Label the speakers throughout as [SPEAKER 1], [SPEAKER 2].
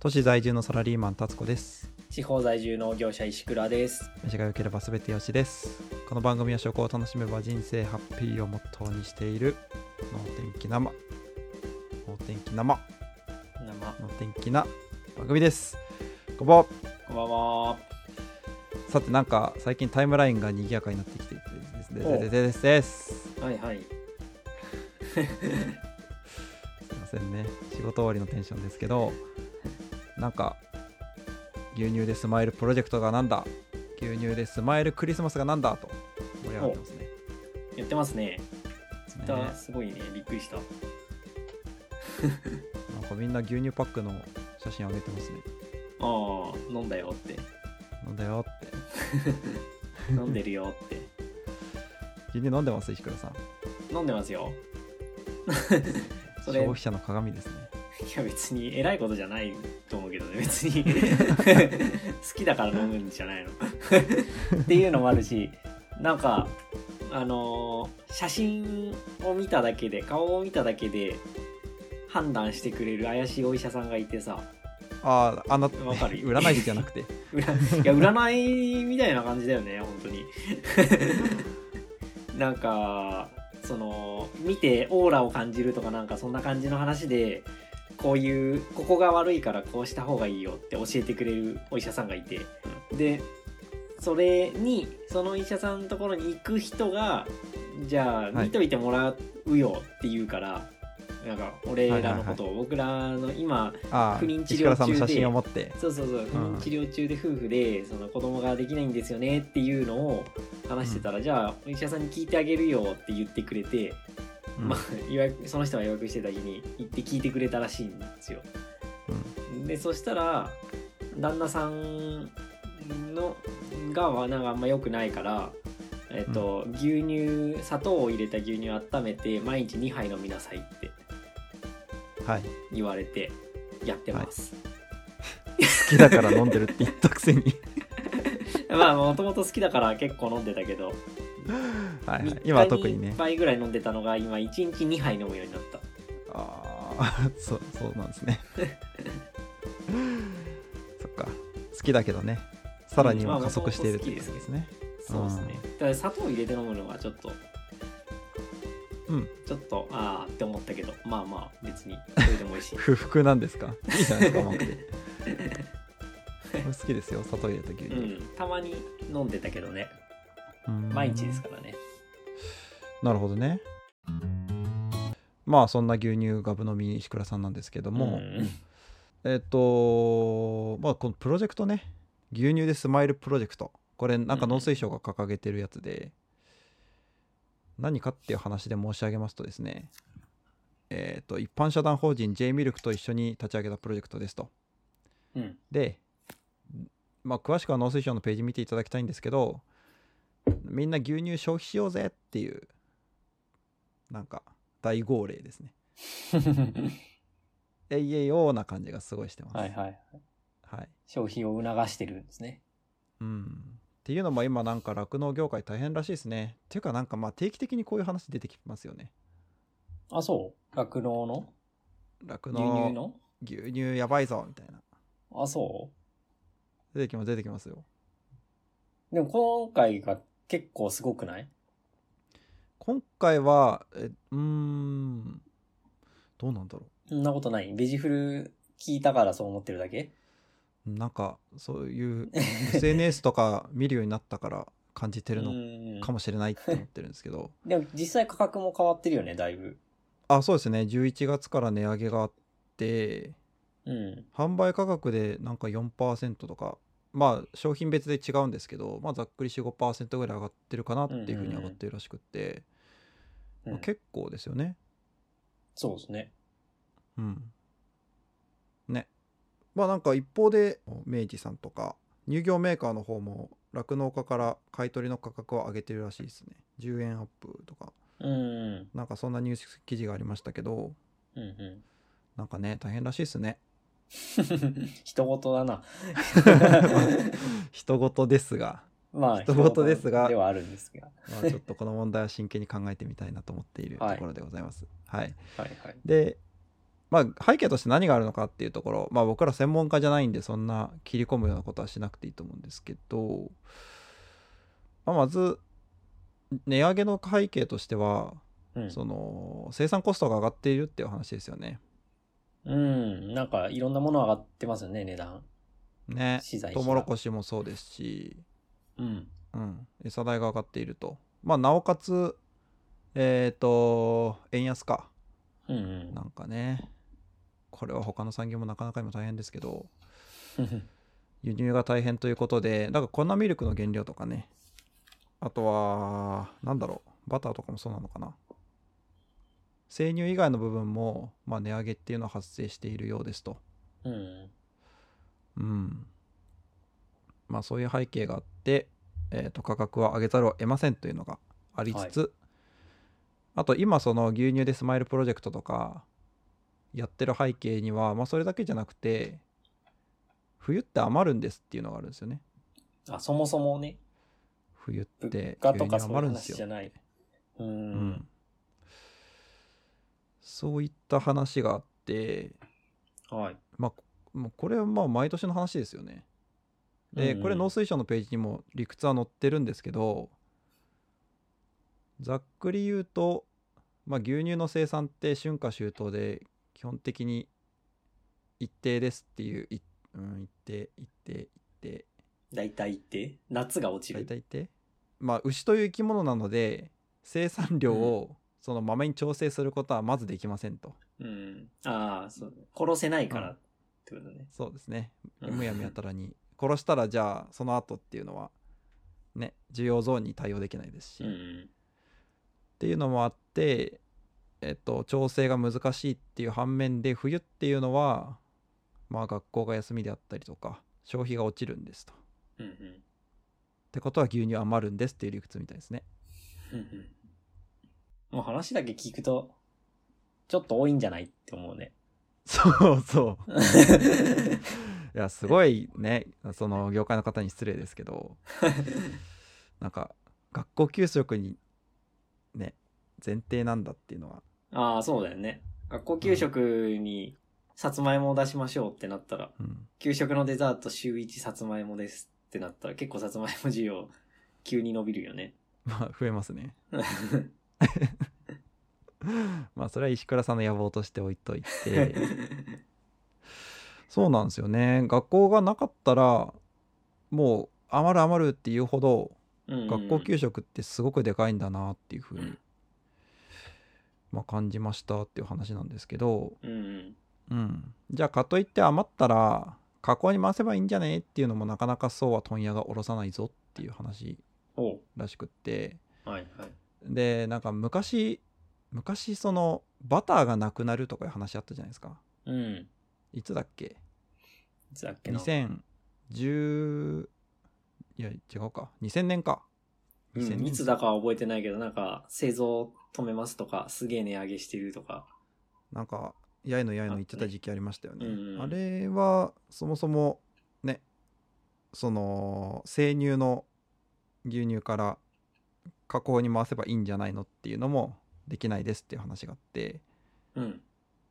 [SPEAKER 1] 都市在住のサラリーマン達子です
[SPEAKER 2] 地方在住の業者石倉です。
[SPEAKER 1] 飯が良ければ全てよしですこの番組は食を楽しめば人生ハッピーをモットーにしている能天気生能天気生
[SPEAKER 2] 生
[SPEAKER 1] 能天気な番組ですこんばんは
[SPEAKER 2] こんばんは。
[SPEAKER 1] さてなんか最近タイムラインが賑やかになってきていてですで
[SPEAKER 2] お
[SPEAKER 1] でででですです
[SPEAKER 2] はいはい。
[SPEAKER 1] すいませんね仕事終わりのテンションですけどなんか牛乳でスマイルプロジェクトがなんだ牛乳でスマイルクリスマスがなんだと盛り上がってますね
[SPEAKER 2] やってますね。
[SPEAKER 1] ね
[SPEAKER 2] だすごいね。びっくりした。
[SPEAKER 1] なんかみんな牛乳パックの写真あげてますね
[SPEAKER 2] ああ、飲んだよ って。
[SPEAKER 1] なんだよって
[SPEAKER 2] 飲んでるよって。
[SPEAKER 1] 牛乳飲んでます石倉さん
[SPEAKER 2] 飲んでますよ。それ
[SPEAKER 1] 消費者の鏡ですね
[SPEAKER 2] いや別に偉いことじゃないと思うけどね別 に好きだから飲むんじゃないのっていうのもあるしなんかあのー写真を見ただけで顔を見ただけで判断してくれる怪しいお医者さんがいてさ
[SPEAKER 1] あああな
[SPEAKER 2] わかる
[SPEAKER 1] 占い師じゃなくて
[SPEAKER 2] 占いや占いみたいな感じだよね本当に なんかその見てオーラを感じるとかなんかそんな感じの話でこういうここが悪いからこうした方がいいよって教えてくれるお医者さんがいてでそれにその医者さんのところに行く人がじゃあ
[SPEAKER 1] はい
[SPEAKER 2] 見といてもらうよって言うから、なんか俺らのことを、僕らの今
[SPEAKER 1] ああ
[SPEAKER 2] 不妊治療中で
[SPEAKER 1] 石倉さんの写真を持って
[SPEAKER 2] そうそうそう、不
[SPEAKER 1] うん
[SPEAKER 2] 妊治療中で夫婦でその子供ができないんですよねっていうのを話してたら、じゃあお医者さんに聞いてあげるよって言ってくれて、
[SPEAKER 1] うん
[SPEAKER 2] まあ、予約その人が予約してた日に行って聞いてくれたらしいんですよ。
[SPEAKER 1] う
[SPEAKER 2] でそしたら旦那さんのがなんかあんま良くないから、えっと牛乳砂糖を入れた牛乳を温めて毎日2杯飲みなさいって
[SPEAKER 1] んはい
[SPEAKER 2] 言われてやってます。
[SPEAKER 1] 好きだから飲んでるって言ったくせに
[SPEAKER 2] まあもともと好きだから結構飲んでたけど
[SPEAKER 1] はい、はい
[SPEAKER 2] 3、
[SPEAKER 1] 今は
[SPEAKER 2] 日
[SPEAKER 1] 特にね
[SPEAKER 2] 1杯ぐらい飲んでたのが今1日2杯飲むようになった
[SPEAKER 1] ああ そうそうなんですねそっか好きだけどねさらに
[SPEAKER 2] うんま
[SPEAKER 1] は
[SPEAKER 2] あ
[SPEAKER 1] 加速しているっ
[SPEAKER 2] も
[SPEAKER 1] てことと
[SPEAKER 2] ともと好き
[SPEAKER 1] で
[SPEAKER 2] ですす
[SPEAKER 1] ね
[SPEAKER 2] そうですねただ砂糖入れて飲むのはちょっと
[SPEAKER 1] うん
[SPEAKER 2] ちょっとああって思ったけどまあまあ別にそれでも美味 しい
[SPEAKER 1] 不服なんですかいいじゃないですか甘くて 俺好きですよ砂糖入れた牛
[SPEAKER 2] う
[SPEAKER 1] 乳、
[SPEAKER 2] んたまに飲んでたけどね
[SPEAKER 1] うん
[SPEAKER 2] 毎日ですからね
[SPEAKER 1] なるほどねまあそんな牛乳ガブ飲み石倉さんなんですけども、
[SPEAKER 2] ん
[SPEAKER 1] えっ、とまあこのプロジェクトね牛乳でスマイルプロジェクトこれなんか
[SPEAKER 2] うん
[SPEAKER 1] 農水省が掲げてるやつで、何かっていう話で申し上げますとですねえっ、と一般社団法人 J ミルクと一緒に立ち上げたプロジェクトですと
[SPEAKER 2] うん
[SPEAKER 1] で、まあ、詳しくは農水省のページ見ていただきたいんですけどみんな牛乳消費しようぜっていうなんか大号令ですねえいえいおーな感じがすごいしてます
[SPEAKER 2] はいはい
[SPEAKER 1] はい
[SPEAKER 2] 消費を促してるんですね
[SPEAKER 1] うんっていうのも今なんか酪農業界大変らしいですねっていうかなんかまあ定期的にこういう話出てきますよね
[SPEAKER 2] あそう酪農の
[SPEAKER 1] 酪
[SPEAKER 2] 牛乳
[SPEAKER 1] 農
[SPEAKER 2] の
[SPEAKER 1] 牛乳やばいぞみたいな
[SPEAKER 2] あそ
[SPEAKER 1] 出てきます出てきますよ
[SPEAKER 2] うでも今回が結構すごくない
[SPEAKER 1] 今回はえうーんどうなんだろう
[SPEAKER 2] そんなことないベジフル聞いたからそう思ってるだけ
[SPEAKER 1] なんかそういう SNS とか見るようになったから感じてるの
[SPEAKER 2] うん
[SPEAKER 1] かもしれないって思ってるんですけど
[SPEAKER 2] でも実際価格も変わってるよねだいぶ
[SPEAKER 1] あそうですね11月から値上げがあって
[SPEAKER 2] うん
[SPEAKER 1] 販売価格でなんか4%とかまあ商品別で違うんですけど、まあ、ざっくり45%ぐらい上がってるかなっていうふうに上がってるらしくって、
[SPEAKER 2] うん
[SPEAKER 1] まあ、結構ですよね
[SPEAKER 2] そうですね
[SPEAKER 1] うんねまあなんか一方で明治さんとか乳業メーカーの方も酪農家から買い取りの価格を上げてるらしいですね10円アップとか
[SPEAKER 2] うんうん
[SPEAKER 1] なんかそんなニュース記事がありましたけど
[SPEAKER 2] うんうん
[SPEAKER 1] なんかね大変らしいです ね
[SPEAKER 2] 人事 だな
[SPEAKER 1] 人事ですが
[SPEAKER 2] まあ
[SPEAKER 1] 人事ですが
[SPEAKER 2] 人事ではあるんですが
[SPEAKER 1] まあ、ちょっとこの問題は真剣に考えてみたいなと思っていると
[SPEAKER 2] はい
[SPEAKER 1] ころでございます。はい、
[SPEAKER 2] はいはい
[SPEAKER 1] でまあ、背景として何があるのかっていうところ、まあ、僕ら専門家じゃないんでそんな切り込むようなことはしなくていいと思うんですけど、まあ、まず値上げの背景としては、
[SPEAKER 2] うん、
[SPEAKER 1] その生産コストが上がっているっていう話ですよね。
[SPEAKER 2] うん、なんかいろんなもの上がってますよね、値段。
[SPEAKER 1] ね
[SPEAKER 2] 資材費
[SPEAKER 1] ト
[SPEAKER 2] が
[SPEAKER 1] ウモロコシもそうですし、
[SPEAKER 2] うん。
[SPEAKER 1] うん、餌代が上がっていると。まあ、なおかつ、えっ、と、円安か。
[SPEAKER 2] うん
[SPEAKER 1] なんかね、これは他の産業もなかなか今大変ですけど、
[SPEAKER 2] うん。
[SPEAKER 1] 輸入が大変ということで、なんか粉ミルクの原料とかね、あとは、なんだろう、バターとかもそうなのかな。生乳以外の部分も、まあ、値上げっていうのは発生しているようですと。
[SPEAKER 2] うん。
[SPEAKER 1] うん。まあそういう背景があって、えー、と価格は上げざるを得ませんというのがありつつ、あと今その牛乳でスマイルプロジェクトとかやってる背景には、まあそれだけじゃなくて、冬って余るんですっていうのがあるんですよね。
[SPEAKER 2] あ、そもそもね、
[SPEAKER 1] 冬って
[SPEAKER 2] 物価
[SPEAKER 1] 牛
[SPEAKER 2] と
[SPEAKER 1] 乳
[SPEAKER 2] かそういう
[SPEAKER 1] 余るんです
[SPEAKER 2] 話
[SPEAKER 1] よ
[SPEAKER 2] じゃ。ない。う。
[SPEAKER 1] うんん。そういった話があって、
[SPEAKER 2] はい。
[SPEAKER 1] まあ、もうこれはまあ毎年の話ですよね。で、
[SPEAKER 2] うんうん
[SPEAKER 1] これ農水省のページにも理屈は載ってるんですけどざっくり言うと、まあ、牛乳の生産って春夏秋冬で基本的に一定ですっていう、いうん、一定一定一定
[SPEAKER 2] 大体って、夏が落ち
[SPEAKER 1] 大
[SPEAKER 2] る。
[SPEAKER 1] 体一定まあ牛という生き物なので生産量をその豆に調整することはまずできませんと。
[SPEAKER 2] うん。ああ、そう。殺せないからってことね。
[SPEAKER 1] そうですね
[SPEAKER 2] うん
[SPEAKER 1] むやみやたらに殺したらじゃあその後っていうのはね需要ゾーンに対応できないですし、
[SPEAKER 2] う
[SPEAKER 1] っ
[SPEAKER 2] ん。
[SPEAKER 1] ていうのもあって、えっと、調整が難しいっていう反面で冬っていうのはまあ学校が休みであったりとか消費が落ちるんですと。っ
[SPEAKER 2] うんうん。
[SPEAKER 1] てことは牛乳余るんですっていう理屈みたいですね。
[SPEAKER 2] うんうん。もう話だけ聞くと、ちょっと多いんじゃないって思うね。
[SPEAKER 1] そうそう。いやすごいねその業界の方に失礼ですけ どなんか学校給食にね前提なんだっていうのは
[SPEAKER 2] ああ、そうだよね。学校給食に、さつまいもを出しましょうってなったら、
[SPEAKER 1] うん、
[SPEAKER 2] 給食のデザート週一さつまいもですってなったら、結構さつまいも需要、急に伸びるよね。
[SPEAKER 1] まあ増えますね。 まあそれは石倉さんの野望として置いとい て そうなんですよね学校がなかったらもう余る余るっていうほど学校給
[SPEAKER 2] 食
[SPEAKER 1] 食ってすごくでかいんだなっていうふうに、まあ、感じましたっていう話なんですけど、
[SPEAKER 2] うんうん。
[SPEAKER 1] うん、じゃあかといって余ったら加工に回せばいいんじゃねっていうのもなかなかそうは問屋が下ろさないぞっていう話
[SPEAKER 2] おう
[SPEAKER 1] らしくって。
[SPEAKER 2] はいはい。
[SPEAKER 1] でなんか昔昔そのバターがなくなるとかいう話あったじゃないですか
[SPEAKER 2] うん。
[SPEAKER 1] いつだっけ
[SPEAKER 2] いつだっけな。
[SPEAKER 1] 2010いや違うか2000年か
[SPEAKER 2] うんいつだかは覚えてないけど、なんか、製造止めますとか、すげえ値上げしてるとか。
[SPEAKER 1] なんかやいのやいの言ってた時期ありましたよね
[SPEAKER 2] あったねうんうん
[SPEAKER 1] あれはそもそもねその生乳の牛乳から加工に回せばいいんじゃないのっていうのもできないですっていう話があって
[SPEAKER 2] うん。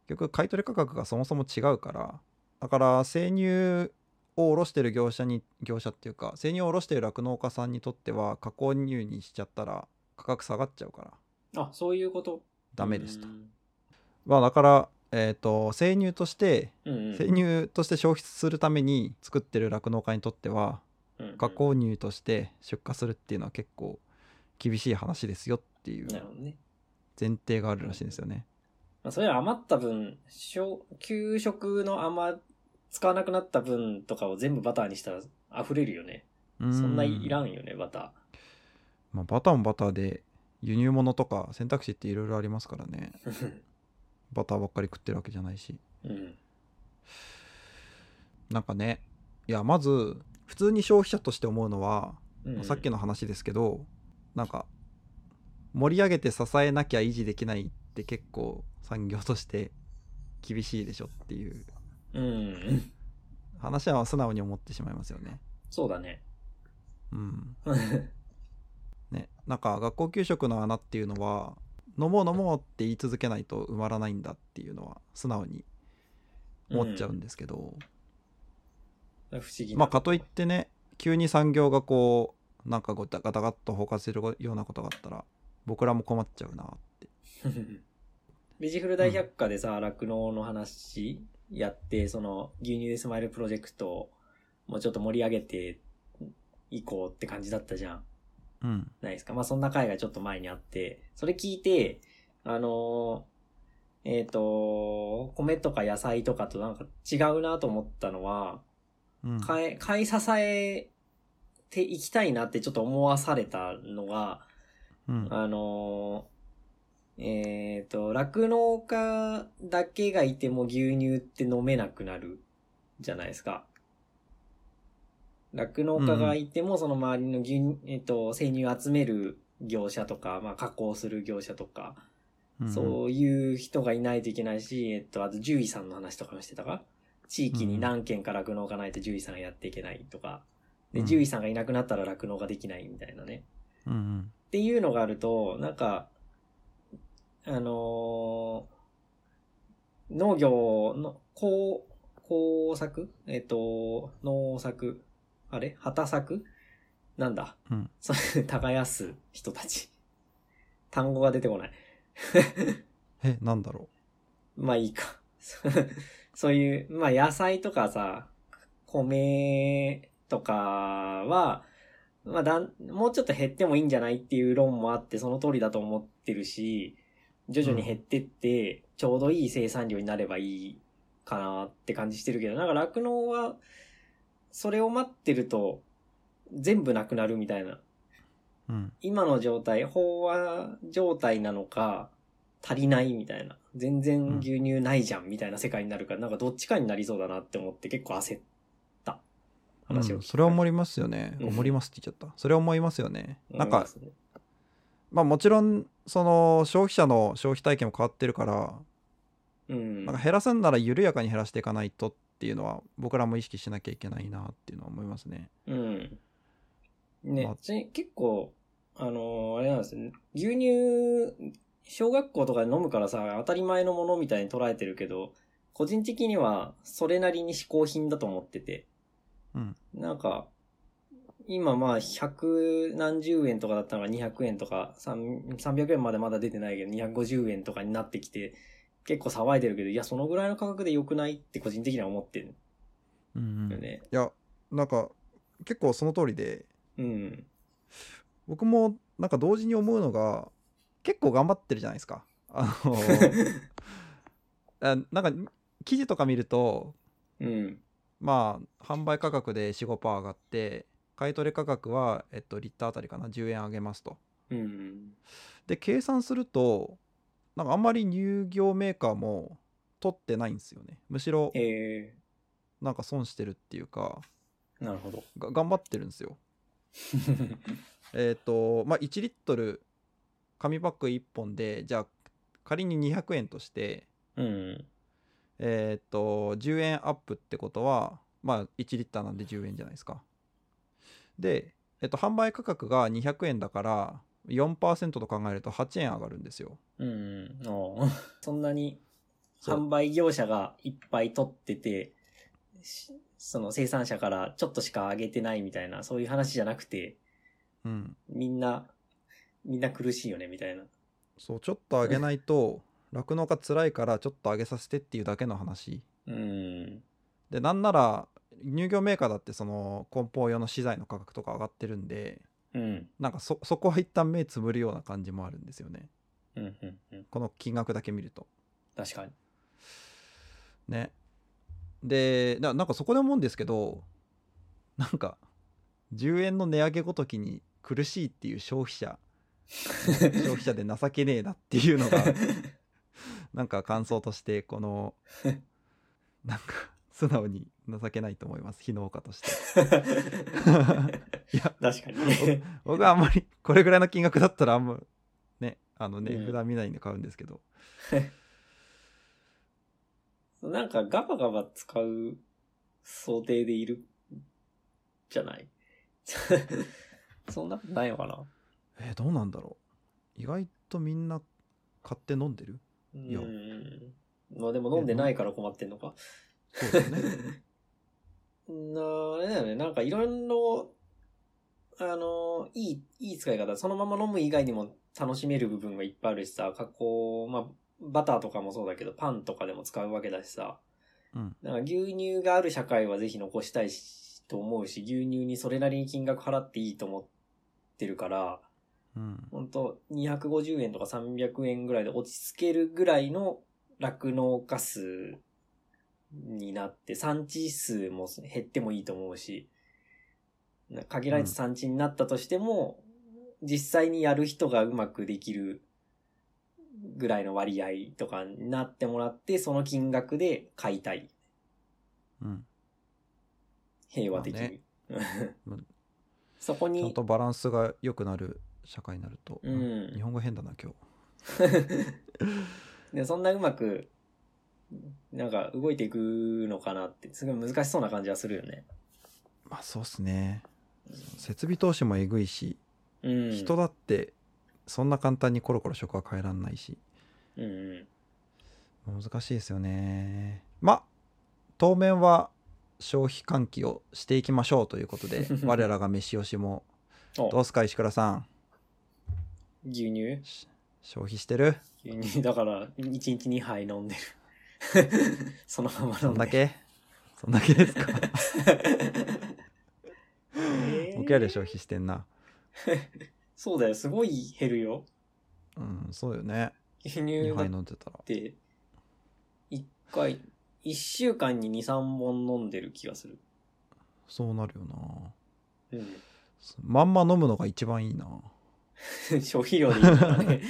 [SPEAKER 1] 結局買い取り価格がそもそも違うからだから生乳を卸してる業者に業者っていうか生乳を卸してる酪農家さんにとっては加工乳にしちゃったら価格下がっちゃうから
[SPEAKER 2] あ、そういうこと。
[SPEAKER 1] ダメですと、
[SPEAKER 2] うん
[SPEAKER 1] まあだからえっ、と生乳として
[SPEAKER 2] うんうん。
[SPEAKER 1] 生乳として消費するために作ってる酪農家にとっては
[SPEAKER 2] うんうん
[SPEAKER 1] 加工乳として出荷するっていうのは結構厳しい話ですよっていう
[SPEAKER 2] なるほどね。
[SPEAKER 1] 前提があるらしいんですよね
[SPEAKER 2] まあ、それは余った分、しょ給食の余、使わなくなった分とかを全部バターにしたら溢れるよね。
[SPEAKER 1] そ
[SPEAKER 2] そんないらんよね、バタ
[SPEAKER 1] まあ、バターもバターで輸入物とか選択肢っていろいろありますからね
[SPEAKER 2] ー。
[SPEAKER 1] バターばっかり食ってるわけじゃないし
[SPEAKER 2] うん。
[SPEAKER 1] なんかねいやまず普通に消費者として思うのは、
[SPEAKER 2] うん
[SPEAKER 1] さっきの話ですけどなんか盛り上げて支えなきゃ維持できないって結構産業として厳しいでしょっていう
[SPEAKER 2] うん。
[SPEAKER 1] 話は素直に思ってしまいますよね
[SPEAKER 2] そうだね。
[SPEAKER 1] うん
[SPEAKER 2] うん。
[SPEAKER 1] ねなんか学校給食の穴っていうのは飲もう飲もうって言い続けないと埋まらないんだっていうのは素直に思っちゃ うんですけど、
[SPEAKER 2] 不思議な
[SPEAKER 1] まあかといってね急に産業がこうなんかごたガタガタと包括するようなことがあったら僕らも困っちゃうなって
[SPEAKER 2] ビジフル大百科でさ、酪農、の話やって、その、牛乳でスマイルプロジェクトをもうちょっと盛り上げていこうって感じだったじゃん。
[SPEAKER 1] うん
[SPEAKER 2] ないですか。まあ、そんな回がちょっと前にあって、それ聞いて、あのーえっ、と、米とか野菜とかとなんか違うなと思ったのは、
[SPEAKER 1] うん
[SPEAKER 2] 買い、買い支えていきたいなってちょっと思わされたのが、
[SPEAKER 1] うん
[SPEAKER 2] あのーえっ、と、酪農家だけがいても牛乳って飲めなくなるじゃないですか。酪農家がいても、その周りの牛乳、えっ、と、生乳集める業者とか、まあ、加工する業者とか、
[SPEAKER 1] うん
[SPEAKER 2] そういう人がいないといけないし、えっと、あと獣医さんの話とかもしてたか地域に何軒か酪農がないと獣医さんがやっていけないとか、で、
[SPEAKER 1] うん
[SPEAKER 2] 獣医さんがいなくなったら酪農ができないみたいなね。
[SPEAKER 1] うんうん
[SPEAKER 2] っていうのがあると、なんか、あのー農業の、こう、工作えっと、農作あれ畑作なんだ。
[SPEAKER 1] うん
[SPEAKER 2] それ、耕す人たち。単語が出てこない。
[SPEAKER 1] えなんだろ
[SPEAKER 2] まあいいか。 そういう、まあ野菜とかさ、米とかは、まあだん、もうちょっと減ってもいいんじゃないっていう論もあって、その通りだと思ってるし、徐々に減ってって、ちょうどいい生産量になればいいかなって感じしてるけど、なんか酪農は、それを待ってると、全部なくなるみたいな
[SPEAKER 1] ううん
[SPEAKER 2] 今の状態、飽和状態なのか、足りないみたいな。全然牛乳ないじゃんみたいな世界になるから、なんかどっちかになりそうだなって思って結構焦った。話を
[SPEAKER 1] うん
[SPEAKER 2] 聞いて
[SPEAKER 1] それは思いますよね
[SPEAKER 2] うん
[SPEAKER 1] 思いますって言っちゃったそれは思いますよねなんか、
[SPEAKER 2] 思いますね
[SPEAKER 1] まあもちろんその消費者の消費体験も変わってるから
[SPEAKER 2] うん。
[SPEAKER 1] なんか減らすんなら緩やかに減らしていかないとっていうのは僕らも意識しなきゃいけないなっていうのは思いますね
[SPEAKER 2] うん。ね、
[SPEAKER 1] まあ
[SPEAKER 2] ちなみに結構、あのーあれなんですね。牛乳、小学校とかで飲むからさ、当たり前のものみたいに捉えてるけど、個人的にはそれなりに嗜好品だと思ってて。
[SPEAKER 1] うん
[SPEAKER 2] なんか、今まあ、百何十円とかだったのが200円とか、3 300円までまだ出てないけど、250円とかになってきて、結構騒いでるけど、いや、そのぐらいの価格で良くないって個人的には思ってる
[SPEAKER 1] うん、う
[SPEAKER 2] よ
[SPEAKER 1] ん、い
[SPEAKER 2] ね。
[SPEAKER 1] やなんか結構その通りで
[SPEAKER 2] うん。
[SPEAKER 1] 僕もなんか同時に思うのが結構頑張ってるじゃないですかあの あなんか記事とか見ると
[SPEAKER 2] うん。
[SPEAKER 1] まあ販売価格で45%上がって買い取り価格は、えっと、リッターあたりかな10円上げますと
[SPEAKER 2] うん。
[SPEAKER 1] で計算するとなんかあんまり乳業メーカーも取ってないんですよねむしろ
[SPEAKER 2] え
[SPEAKER 1] なんか損してるっていうか
[SPEAKER 2] ー、なるほど。
[SPEAKER 1] が頑張ってるんですよえっ、とまあ1リットル紙パック1本でじゃあ仮に200円として
[SPEAKER 2] うん。
[SPEAKER 1] えっ、と10円アップってことはまあ1リッターなんで10円じゃないですかで、えっと販売価格が200円だから4%と考えると8円上がるんですよ
[SPEAKER 2] うん。ああ そんなに
[SPEAKER 1] そう
[SPEAKER 2] 販売業者がいっぱい取ってて、しその生産者からちょっとしか上げてないみたいな、そういう話じゃなくて、
[SPEAKER 1] うん
[SPEAKER 2] みんな、みんな苦しいよね、みたいな。
[SPEAKER 1] そうちょっと上げないと酪農家辛いからちょっと上げさせてっていうだけの話
[SPEAKER 2] うん。
[SPEAKER 1] でなんなら乳業メーカーだってその梱包用の資材の価格とか上がってるんで
[SPEAKER 2] うん。
[SPEAKER 1] なんかそそこは一旦目つぶるような感じもあるんですよね
[SPEAKER 2] うん。うん。うん。
[SPEAKER 1] この金額だけ見ると
[SPEAKER 2] 確かに。
[SPEAKER 1] ねでななんかそこで思うんですけどなんか10円の値上げごときに苦しいっていう消費者消費者で情けねえなっていう のがなんか感想としてこのなんか素直に情けないと思います非農家としていや
[SPEAKER 2] 確かにね。
[SPEAKER 1] 僕はあんまりこれぐらいの金額だったらあんまねあのね
[SPEAKER 2] うん
[SPEAKER 1] 札見ないんで買うんですけど、
[SPEAKER 2] なんかガバガバ使う想定でいるじゃない そんなことないのかな
[SPEAKER 1] えーどうなんだろう意外とみんな買って飲んでる
[SPEAKER 2] う
[SPEAKER 1] いや
[SPEAKER 2] ん。まあでも飲んでないから困ってんのか。
[SPEAKER 1] そうだよ ね
[SPEAKER 2] なあれだよね。なんかいろんな、あの、いい、いい使い方。そのまま飲む以外にも楽しめる部分がいっぱいあるしさ、加工、まあ、バターとかもそうだけど、パンとかでも使うわけだしさ。
[SPEAKER 1] うん
[SPEAKER 2] なんか牛乳がある社会はぜひ残したいし、と思うし、牛乳にそれなりに金額払っていいと思ってるから、
[SPEAKER 1] うん
[SPEAKER 2] ほんと、250円とか300円ぐらいで落ち着けるぐらいの酪農ガスになって、産地数も減ってもいいと思うし、な限られた産地になったとしても、実際にやる人がうまくできるぐらいの割合とかになってもらって、その金額で買いたい。
[SPEAKER 1] うん
[SPEAKER 2] 平和的に。
[SPEAKER 1] まあね
[SPEAKER 2] そこ
[SPEAKER 1] ちゃん
[SPEAKER 2] に、
[SPEAKER 1] とバランスが良くなる社会になると、
[SPEAKER 2] う
[SPEAKER 1] なんか
[SPEAKER 2] ん
[SPEAKER 1] 日。本語変だな今日
[SPEAKER 2] でそんなうまく、なんか動いていくのかなって、すごい難しそうな感じはするよね。
[SPEAKER 1] まあそうっすね設備投資もえぐいし、
[SPEAKER 2] うん。
[SPEAKER 1] 人だってそんな簡単にコロコロ職は変えらんないし
[SPEAKER 2] うんうん。
[SPEAKER 1] 難しいですよねまあ当面は消費喚起をしていきましょうということ で我らが飯押しも
[SPEAKER 2] お
[SPEAKER 1] どうすか石倉さん
[SPEAKER 2] 牛乳
[SPEAKER 1] し消費してる
[SPEAKER 2] 牛乳、だから、1日2杯飲んでる。 そのまま飲
[SPEAKER 1] そ
[SPEAKER 2] ん
[SPEAKER 1] ん
[SPEAKER 2] で
[SPEAKER 1] だ けそんだけですか
[SPEAKER 2] えー
[SPEAKER 1] 僕やで消費してんな
[SPEAKER 2] そうだよ、すごい減るよ。
[SPEAKER 1] うんそうよね
[SPEAKER 2] 牛乳
[SPEAKER 1] 2
[SPEAKER 2] だ
[SPEAKER 1] 杯
[SPEAKER 2] っ
[SPEAKER 1] 飲んでたら
[SPEAKER 2] て、1回、1週間に2、3本飲んでる気がする。
[SPEAKER 1] そうなるよな
[SPEAKER 2] うん。
[SPEAKER 1] まんま飲むのが一番いいな
[SPEAKER 2] 消費量でいいから ね。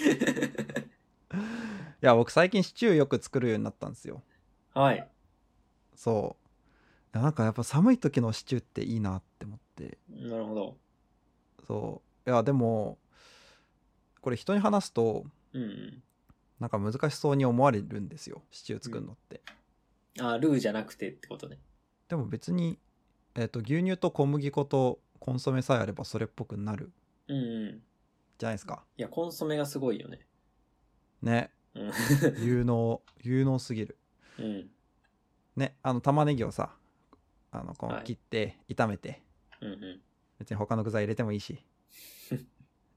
[SPEAKER 1] いや僕最近シチューよく作るようになったんですよ
[SPEAKER 2] はい。
[SPEAKER 1] そうなんかやっぱ寒い時のシチューっていいなって思って
[SPEAKER 2] なるほど。
[SPEAKER 1] そういやでもこれ人に話すと
[SPEAKER 2] うんうん。
[SPEAKER 1] なんか難しそうに思われるんですよシチュー作るのって、
[SPEAKER 2] あ、ルーじゃなくてってことね。
[SPEAKER 1] でも別に、えー、と牛乳と小麦粉とコンソメさえあればそれっぽくなる
[SPEAKER 2] うんうん。
[SPEAKER 1] じゃないですか
[SPEAKER 2] いや、コンソメがすごいよね。
[SPEAKER 1] ね
[SPEAKER 2] うん。
[SPEAKER 1] 有能有能すぎる
[SPEAKER 2] うん。
[SPEAKER 1] ねあの玉ねぎをさあのこ
[SPEAKER 2] は
[SPEAKER 1] う
[SPEAKER 2] い
[SPEAKER 1] 切って炒めて、
[SPEAKER 2] うんうん。
[SPEAKER 1] 別に他の具材入れてもいい し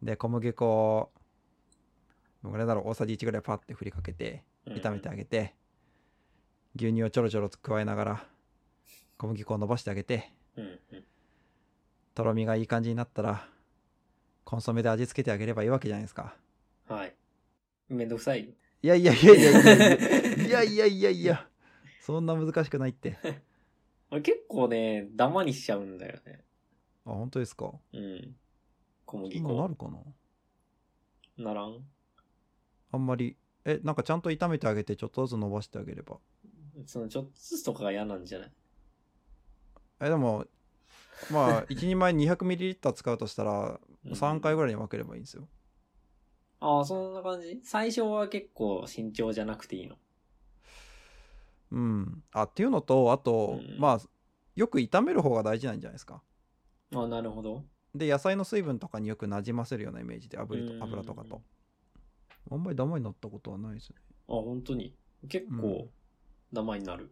[SPEAKER 1] で小麦粉をどのぐらいだろう大さじ1ぐらいパッて振りかけて
[SPEAKER 2] うんうん
[SPEAKER 1] 炒めてあげて、牛乳をちょろちょろと加えながら小麦粉を伸ばしてあげて
[SPEAKER 2] うんうん。
[SPEAKER 1] とろみがいい感じになったらコンソメで味付けてあげればいいわけじゃないですか
[SPEAKER 2] はい。めんどくさいよ。
[SPEAKER 1] いやいやいやいやいやいやいやいやいやそんな難しくないってあ
[SPEAKER 2] 俺結構ね、ダマにしちゃうんだよね。
[SPEAKER 1] 本当ですか
[SPEAKER 2] うん。小麦
[SPEAKER 1] 今な
[SPEAKER 2] 粉。
[SPEAKER 1] るかな
[SPEAKER 2] ならん
[SPEAKER 1] あんまりえなんかちゃんと炒めてあげてちょっとずつ伸ばしてあげれば
[SPEAKER 2] そのちょっとずつとかが嫌なんじゃない
[SPEAKER 1] えでもまあ 一人前 200ml 使うとしたら
[SPEAKER 2] うん
[SPEAKER 1] 3回ぐらいに分ければいいんですよ、
[SPEAKER 2] ああ、そんな感じ最初は結構慎重じゃなくていいの。
[SPEAKER 1] うん、あっていうのとあと、
[SPEAKER 2] うん
[SPEAKER 1] まあよく炒める方が大事なんじゃないですか
[SPEAKER 2] あなるほど。
[SPEAKER 1] で野菜の水分とかによくなじませるようなイメージで
[SPEAKER 2] う
[SPEAKER 1] 油
[SPEAKER 2] ん
[SPEAKER 1] と油とかとあんまりダマになったことはないですね
[SPEAKER 2] あ、本当に。結構、ダマになる。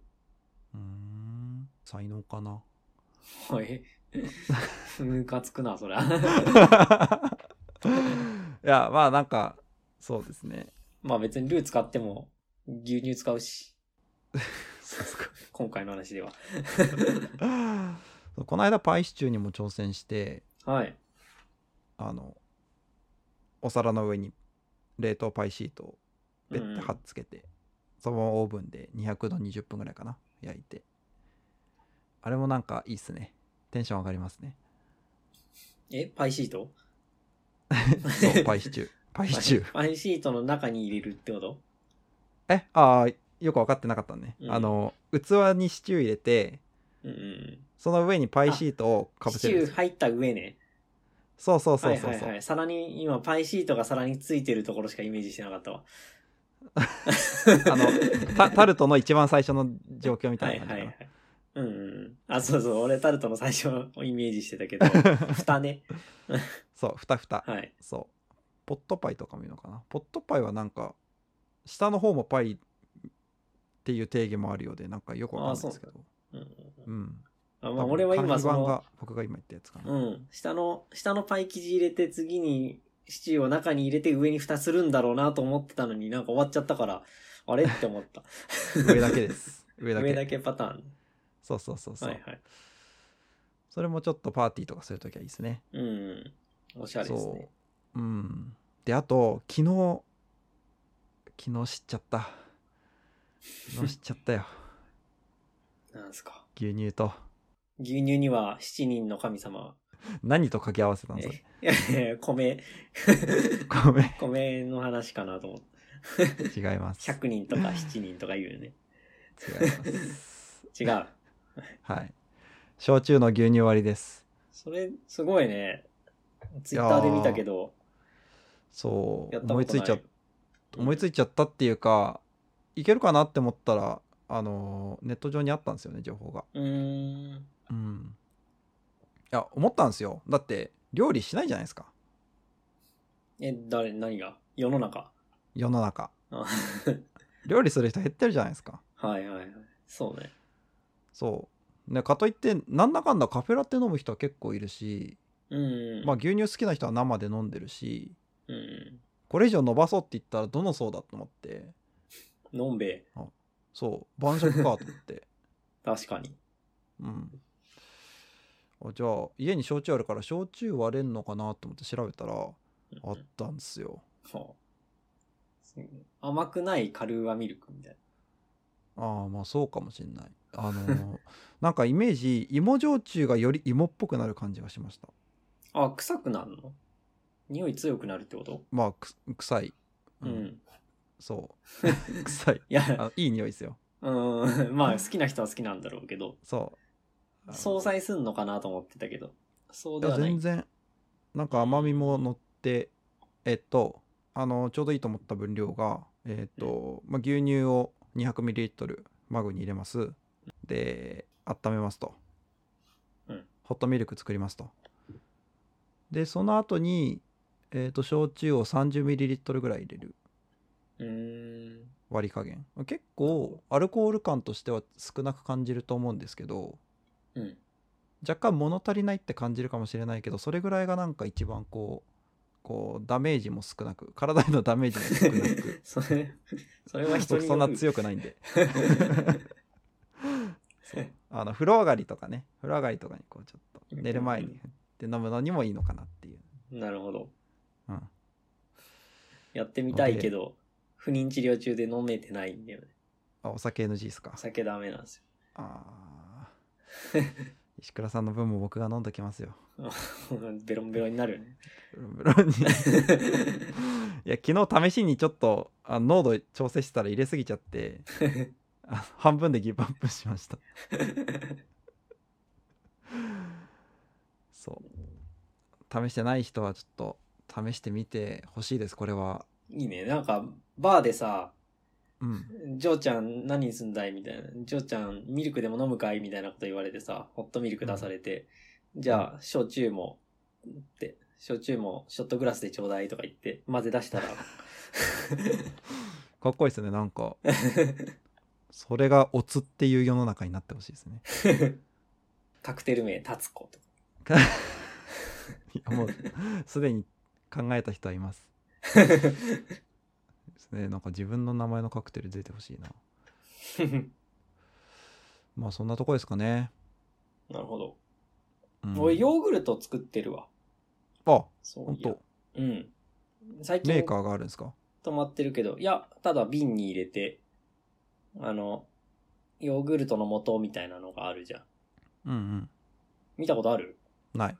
[SPEAKER 1] うーん才能かな
[SPEAKER 2] はい。ムカつくな、そりゃ。
[SPEAKER 1] いやまあなんかそうですね
[SPEAKER 2] まあ別にルー使っても、牛乳使うし、
[SPEAKER 1] そうっすか
[SPEAKER 2] 今回の話では。
[SPEAKER 1] この間パイシチューにも挑戦して
[SPEAKER 2] はい。
[SPEAKER 1] あのお皿の上に冷凍パイシートをペッて貼っつけて、そのままオーブンで200度20分ぐらいかな焼いてあれもなんかいいっすねテンション上がります ね
[SPEAKER 2] えパイシー ト
[SPEAKER 1] そうパイシチューパイシ チュー
[SPEAKER 2] パイシートの中に入れるってこと
[SPEAKER 1] えああよく分かってなかったね、
[SPEAKER 2] うん
[SPEAKER 1] あの器にシチュー入れて
[SPEAKER 2] うんうん。
[SPEAKER 1] その上にパイシートをかぶ
[SPEAKER 2] シ
[SPEAKER 1] せ
[SPEAKER 2] チ
[SPEAKER 1] るん
[SPEAKER 2] ュ
[SPEAKER 1] で
[SPEAKER 2] ー
[SPEAKER 1] す
[SPEAKER 2] 入った上ね。
[SPEAKER 1] そうそうそうそうそう、
[SPEAKER 2] はいはいはい。皿に、今パイシートが皿についてるところしかイメージしてなかったわ。
[SPEAKER 1] あ のタタルトの一番最初の状況みた
[SPEAKER 2] はいい
[SPEAKER 1] な
[SPEAKER 2] は
[SPEAKER 1] 感
[SPEAKER 2] い
[SPEAKER 1] じかな、
[SPEAKER 2] はい。うんうん。あ、そうそう。俺タルトの最初をイメージしてたけ ど。蓋ね。
[SPEAKER 1] そうふたふた
[SPEAKER 2] はい。
[SPEAKER 1] そう。ポットパイとかもいいのかな。ポットパイはなんか、下の方もパイっていう定義もあるようでなんかよくわかんないですけど
[SPEAKER 2] うん
[SPEAKER 1] うん
[SPEAKER 2] あ
[SPEAKER 1] 多
[SPEAKER 2] まあ、
[SPEAKER 1] 分
[SPEAKER 2] 俺は今
[SPEAKER 1] 単
[SPEAKER 2] そ
[SPEAKER 1] 品版
[SPEAKER 2] の
[SPEAKER 1] が僕が今言ったやつかな、
[SPEAKER 2] うん。下の、下のパイ生地入れて、次にシチューを中に入れて上に蓋するんだろうなと思ってたのになんか終わっちゃったから、あれって思った。
[SPEAKER 1] 上だけ です上だけ
[SPEAKER 2] 上だけパターン。
[SPEAKER 1] そうそうそうそう、
[SPEAKER 2] はいはい。
[SPEAKER 1] それもちょっとパーティーとかするときはいいですね
[SPEAKER 2] うん。おしゃれですね。
[SPEAKER 1] そううんであと昨日昨日知っちゃった昨日知っちゃったよ
[SPEAKER 2] なんですか。
[SPEAKER 1] 牛乳と
[SPEAKER 2] 牛乳には七人の神様。
[SPEAKER 1] 何と掛け合わせたのそれ
[SPEAKER 2] えいやいやいや 米、
[SPEAKER 1] ごめん
[SPEAKER 2] 米の話かなと思って。
[SPEAKER 1] 違います違い
[SPEAKER 2] 100人 とか7人とか言うよね。
[SPEAKER 1] ます
[SPEAKER 2] 違う。
[SPEAKER 1] はい焼酎の牛乳割りです
[SPEAKER 2] それ、すごいね。ツイッターで見たけど、
[SPEAKER 1] そう
[SPEAKER 2] やった
[SPEAKER 1] 思
[SPEAKER 2] ことない。
[SPEAKER 1] いついちゃっ
[SPEAKER 2] うん
[SPEAKER 1] 思いついちゃったっていうかいけるかなって思ったらあのネット上にあったんですよね情報が
[SPEAKER 2] うーん。
[SPEAKER 1] うんいや思ったんですよだって料理しないじゃないですか
[SPEAKER 2] え、誰、何が世の中。
[SPEAKER 1] 世の中
[SPEAKER 2] あ
[SPEAKER 1] 料理する人減ってるじゃないですか
[SPEAKER 2] はいはいはい。そうね。
[SPEAKER 1] そうねかといってなんだかんだカフェラテ飲む人は結構いるし、
[SPEAKER 2] うん。
[SPEAKER 1] まあ、牛乳好きな人は生で飲んでるし
[SPEAKER 2] うん。
[SPEAKER 1] これ以上伸ばそうって言ったらどの層だと思って
[SPEAKER 2] のんべえ。
[SPEAKER 1] そう晩酌かと思って
[SPEAKER 2] 確かに。
[SPEAKER 1] うん、あじゃあ家に焼酎あるから焼酎割れんのかなと思って調べたらあったんですよ
[SPEAKER 2] そう甘くないカルーアミルクみたい
[SPEAKER 1] ああまあそうかもしんないあの ーなんかイメージ芋焼酎がより芋っぽくなる感じがしました
[SPEAKER 2] な。あ、臭くなるの匂い強くなるってこと
[SPEAKER 1] まあく臭い、
[SPEAKER 2] うん。
[SPEAKER 1] そう 臭い
[SPEAKER 2] いや、
[SPEAKER 1] あいい匂いですよ
[SPEAKER 2] うん。まあ、好きな人は好きなんだろうけど、
[SPEAKER 1] そう
[SPEAKER 2] 相
[SPEAKER 1] い
[SPEAKER 2] 殺すんのかなと思ってたけど、そうで
[SPEAKER 1] や
[SPEAKER 2] はない
[SPEAKER 1] 全。然なんか甘みも乗ってえっとあのちょうどいいと思った分量がえっと、まあ、牛乳を 200ml マグに入れますで温めますと、
[SPEAKER 2] うん
[SPEAKER 1] ホットミルク作りますとでその後にえっと焼酎を 30ml ぐらい入れる
[SPEAKER 2] うーん。
[SPEAKER 1] 割り加減結構アルコール感としては少なく感じると思うんですけど
[SPEAKER 2] うん。
[SPEAKER 1] 若干物足りないって感じるかもしれないけどそれぐらいがなんか一番こうこうダメージも少なく体へのダメージも少なく
[SPEAKER 2] それ、それは人
[SPEAKER 1] 僕
[SPEAKER 2] に
[SPEAKER 1] そ
[SPEAKER 2] よ
[SPEAKER 1] んな
[SPEAKER 2] る。
[SPEAKER 1] 強くないんで そうあの風呂上がりとかね風呂上がりとかにこうちょっと寝る前に振って飲むのにもいいのかなっていう、
[SPEAKER 2] なるほど。
[SPEAKER 1] うん、
[SPEAKER 2] やってみたいけど、不妊治療中で飲めてないんだよね。
[SPEAKER 1] あお酒 NG ですか
[SPEAKER 2] お酒ダメなんです
[SPEAKER 1] あー石倉さんの分も僕が飲んどきますよ
[SPEAKER 2] よ。 ベロンベロンになるよ ね。
[SPEAKER 1] ブロンブロンにいや昨日試しにちょっとあ濃度調整したら入れすぎちゃってあ半分でギブアップしました そう試してない人はちょっと試してみてほしいですこれはい
[SPEAKER 2] いね。なんか、バーでさ、
[SPEAKER 1] うん
[SPEAKER 2] ジョーちゃん何にすんだいみたいな。ジョーちゃんミルクでも飲むかいみたいなこと言われてさ、ホットミルク出されて、じゃあ、焼酎も、って、焼酎もショットグラスでちょうだいとか言って、混ぜ出した ら、
[SPEAKER 1] かっこいいですねなんかそれがおつっていう世の中になってほしいですね
[SPEAKER 2] カクテル名、タツコとか。
[SPEAKER 1] いやもうすでに考えた人はいます ですねなんか自分の名前のカクテル出てほしいなまあそんなとこですかね、
[SPEAKER 2] なるほど。
[SPEAKER 1] うん
[SPEAKER 2] 俺、ヨーグルト作ってるわ。
[SPEAKER 1] あ
[SPEAKER 2] そう
[SPEAKER 1] 本
[SPEAKER 2] いや
[SPEAKER 1] 当
[SPEAKER 2] うん。最
[SPEAKER 1] メ
[SPEAKER 2] 近
[SPEAKER 1] ーカーがあるんですか
[SPEAKER 2] 止まってるけど、いや、ただ瓶に入れて、あの、ヨーグルトの素みたいなのがあるじゃん。
[SPEAKER 1] うん
[SPEAKER 2] 見たことある
[SPEAKER 1] うんない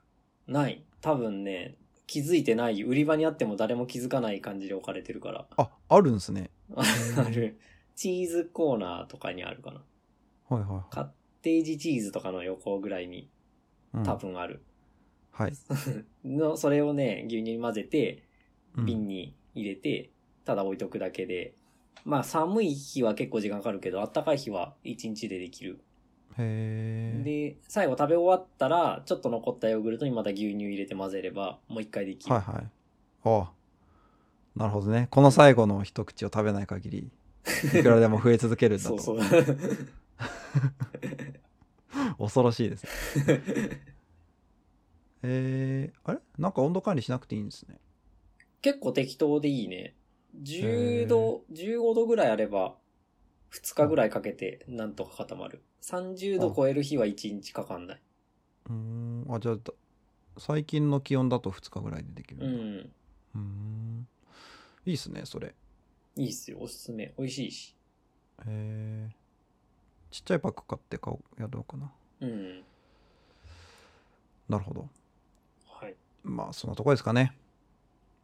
[SPEAKER 2] ない。多分ね、気づいてない。売り場にあっても誰も気づかない感じで置かれてるから。
[SPEAKER 1] ああるんですね
[SPEAKER 2] ある。チーズコーナーとかにあるかな。
[SPEAKER 1] はいはいはい
[SPEAKER 2] カッテージチーズとかの横ぐらいに
[SPEAKER 1] うん
[SPEAKER 2] 多分ある。
[SPEAKER 1] はい、
[SPEAKER 2] の、それをね、牛乳に混ぜて、
[SPEAKER 1] うん
[SPEAKER 2] 瓶に入れて、ただ置いとくだけで、まあ寒い日は結構時間かかるけど、暖かい日は1日でできる。
[SPEAKER 1] へえ
[SPEAKER 2] で、最後食べ終わったら、ちょっと残ったヨーグルトにまた牛乳入れて混ぜれば、もう一回できる。
[SPEAKER 1] はいはいああなるほどねこの最後の一口を食べない限 りいくらでも増え続けるんだ
[SPEAKER 2] そ
[SPEAKER 1] と
[SPEAKER 2] うそう
[SPEAKER 1] 恐ろしいですねえー、あれなんか温度管理しなくていいんですね
[SPEAKER 2] 結構適当でいいね10度15度ぐらいあれば2日ぐらいかけてなんとか固まる30度超える日は1日かかんないう
[SPEAKER 1] ーんあじゃあだ最近の気温だと2日ぐらいでできる
[SPEAKER 2] うん
[SPEAKER 1] だ
[SPEAKER 2] ん
[SPEAKER 1] うーんいいっすねそれ
[SPEAKER 2] いいっすよおすすめ美味しいし
[SPEAKER 1] えー、ちっちゃいパック買って買おうやろうかな
[SPEAKER 2] うん
[SPEAKER 1] なるほど
[SPEAKER 2] はい
[SPEAKER 1] まあそんなとこですかね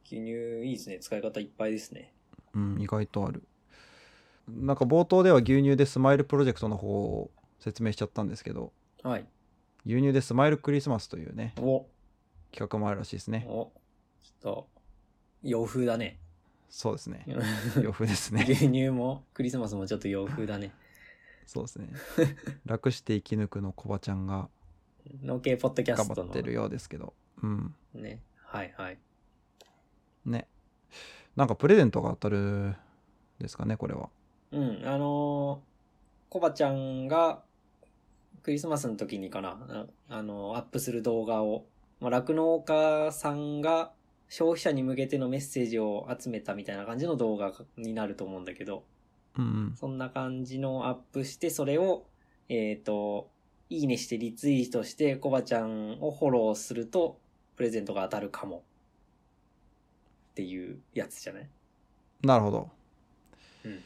[SPEAKER 2] 牛乳いいですね使い方いっぱいですね
[SPEAKER 1] うん意外とあるなんか冒頭では牛乳でスマイルプロジェクトの方を説明しちゃったんですけど
[SPEAKER 2] はい
[SPEAKER 1] 牛乳でスマイルクリスマスというね
[SPEAKER 2] お
[SPEAKER 1] 企画もあるらしいですね
[SPEAKER 2] おちょっと洋風だね
[SPEAKER 1] そうですね洋風ですね
[SPEAKER 2] 牛乳もクリスマスもちょっと洋風だね
[SPEAKER 1] そうですね楽して生き抜くのコバちゃんが
[SPEAKER 2] 農系ポッドキャ
[SPEAKER 1] 頑
[SPEAKER 2] ス
[SPEAKER 1] 張
[SPEAKER 2] ト
[SPEAKER 1] っ
[SPEAKER 2] の
[SPEAKER 1] てるようですけどうん
[SPEAKER 2] ねはいはい
[SPEAKER 1] ねなんかプレゼントが当たるですかねこれは
[SPEAKER 2] うん、あのーコバちゃんがクリスマスの時にかな、あ、あのーアップする動画を、まあ、酪農家さんが消費者に向けてのメッセージを集めたみたいな感じの動画になると思うんだけど、
[SPEAKER 1] うんうん
[SPEAKER 2] そんな感じのアップして、それを、えっ、と、いいねしてリツイートして、コバちゃんをフォローすると、プレゼントが当たるかも。っていうやつじゃない
[SPEAKER 1] なるほど、
[SPEAKER 2] うん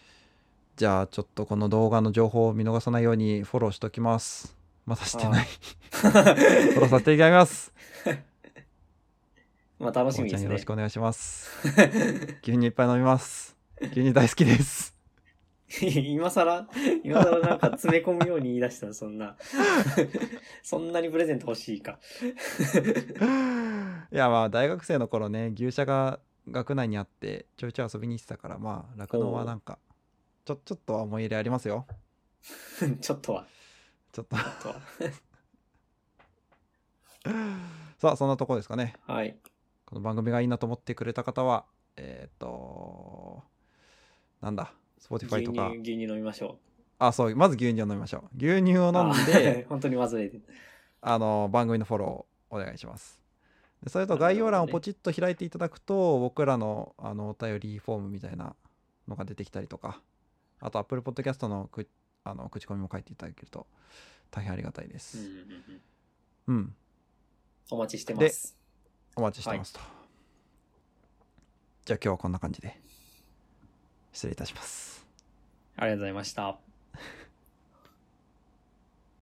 [SPEAKER 1] じゃあちょっとこの動画の情報を見逃さないようにフォローしときますまだしてないフォローさせていただきます
[SPEAKER 2] まあ楽し
[SPEAKER 1] コバ
[SPEAKER 2] み
[SPEAKER 1] ち
[SPEAKER 2] で
[SPEAKER 1] ゃん
[SPEAKER 2] す
[SPEAKER 1] よろし
[SPEAKER 2] ね
[SPEAKER 1] く。お願いします牛乳いっぱい飲みます牛乳大好きです
[SPEAKER 2] 今更、今更なんか詰め込むように言い出したの、そんな。 そんなにプレゼント欲しいか。
[SPEAKER 1] いやまあ大学生の頃ね牛舎が学内にあってちょいちょい遊びに行ってたからまあ酪農はなんかちょちょっとは思い入れありますよ
[SPEAKER 2] ちょっとは、
[SPEAKER 1] ちょっと
[SPEAKER 2] ちょっとは。
[SPEAKER 1] さあそんなとこですかね
[SPEAKER 2] はい。
[SPEAKER 1] この番組がいいなと思ってくれた方はえっ、となんだ
[SPEAKER 2] 牛
[SPEAKER 1] Spotify と
[SPEAKER 2] 乳、
[SPEAKER 1] か
[SPEAKER 2] 牛乳飲みましょ
[SPEAKER 1] あそうまず牛乳を飲みましょう牛乳を
[SPEAKER 2] う。
[SPEAKER 1] 飲んで
[SPEAKER 2] 本当に忘れてた。
[SPEAKER 1] あの番組のフォローお願いしますでそれと概要欄をポチッと開いていただくと僕らのあのお便りフォームみたいなのが出てきたりとかあと Apple Podcast のくあの口コミも書いていただけると大変ありがたいで
[SPEAKER 2] うんうん
[SPEAKER 1] す
[SPEAKER 2] うん
[SPEAKER 1] うん、
[SPEAKER 2] お待ちしてます。
[SPEAKER 1] お待ちしてますと、じゃあ今日はこんな感じで失礼いたします
[SPEAKER 2] ありがとうございました。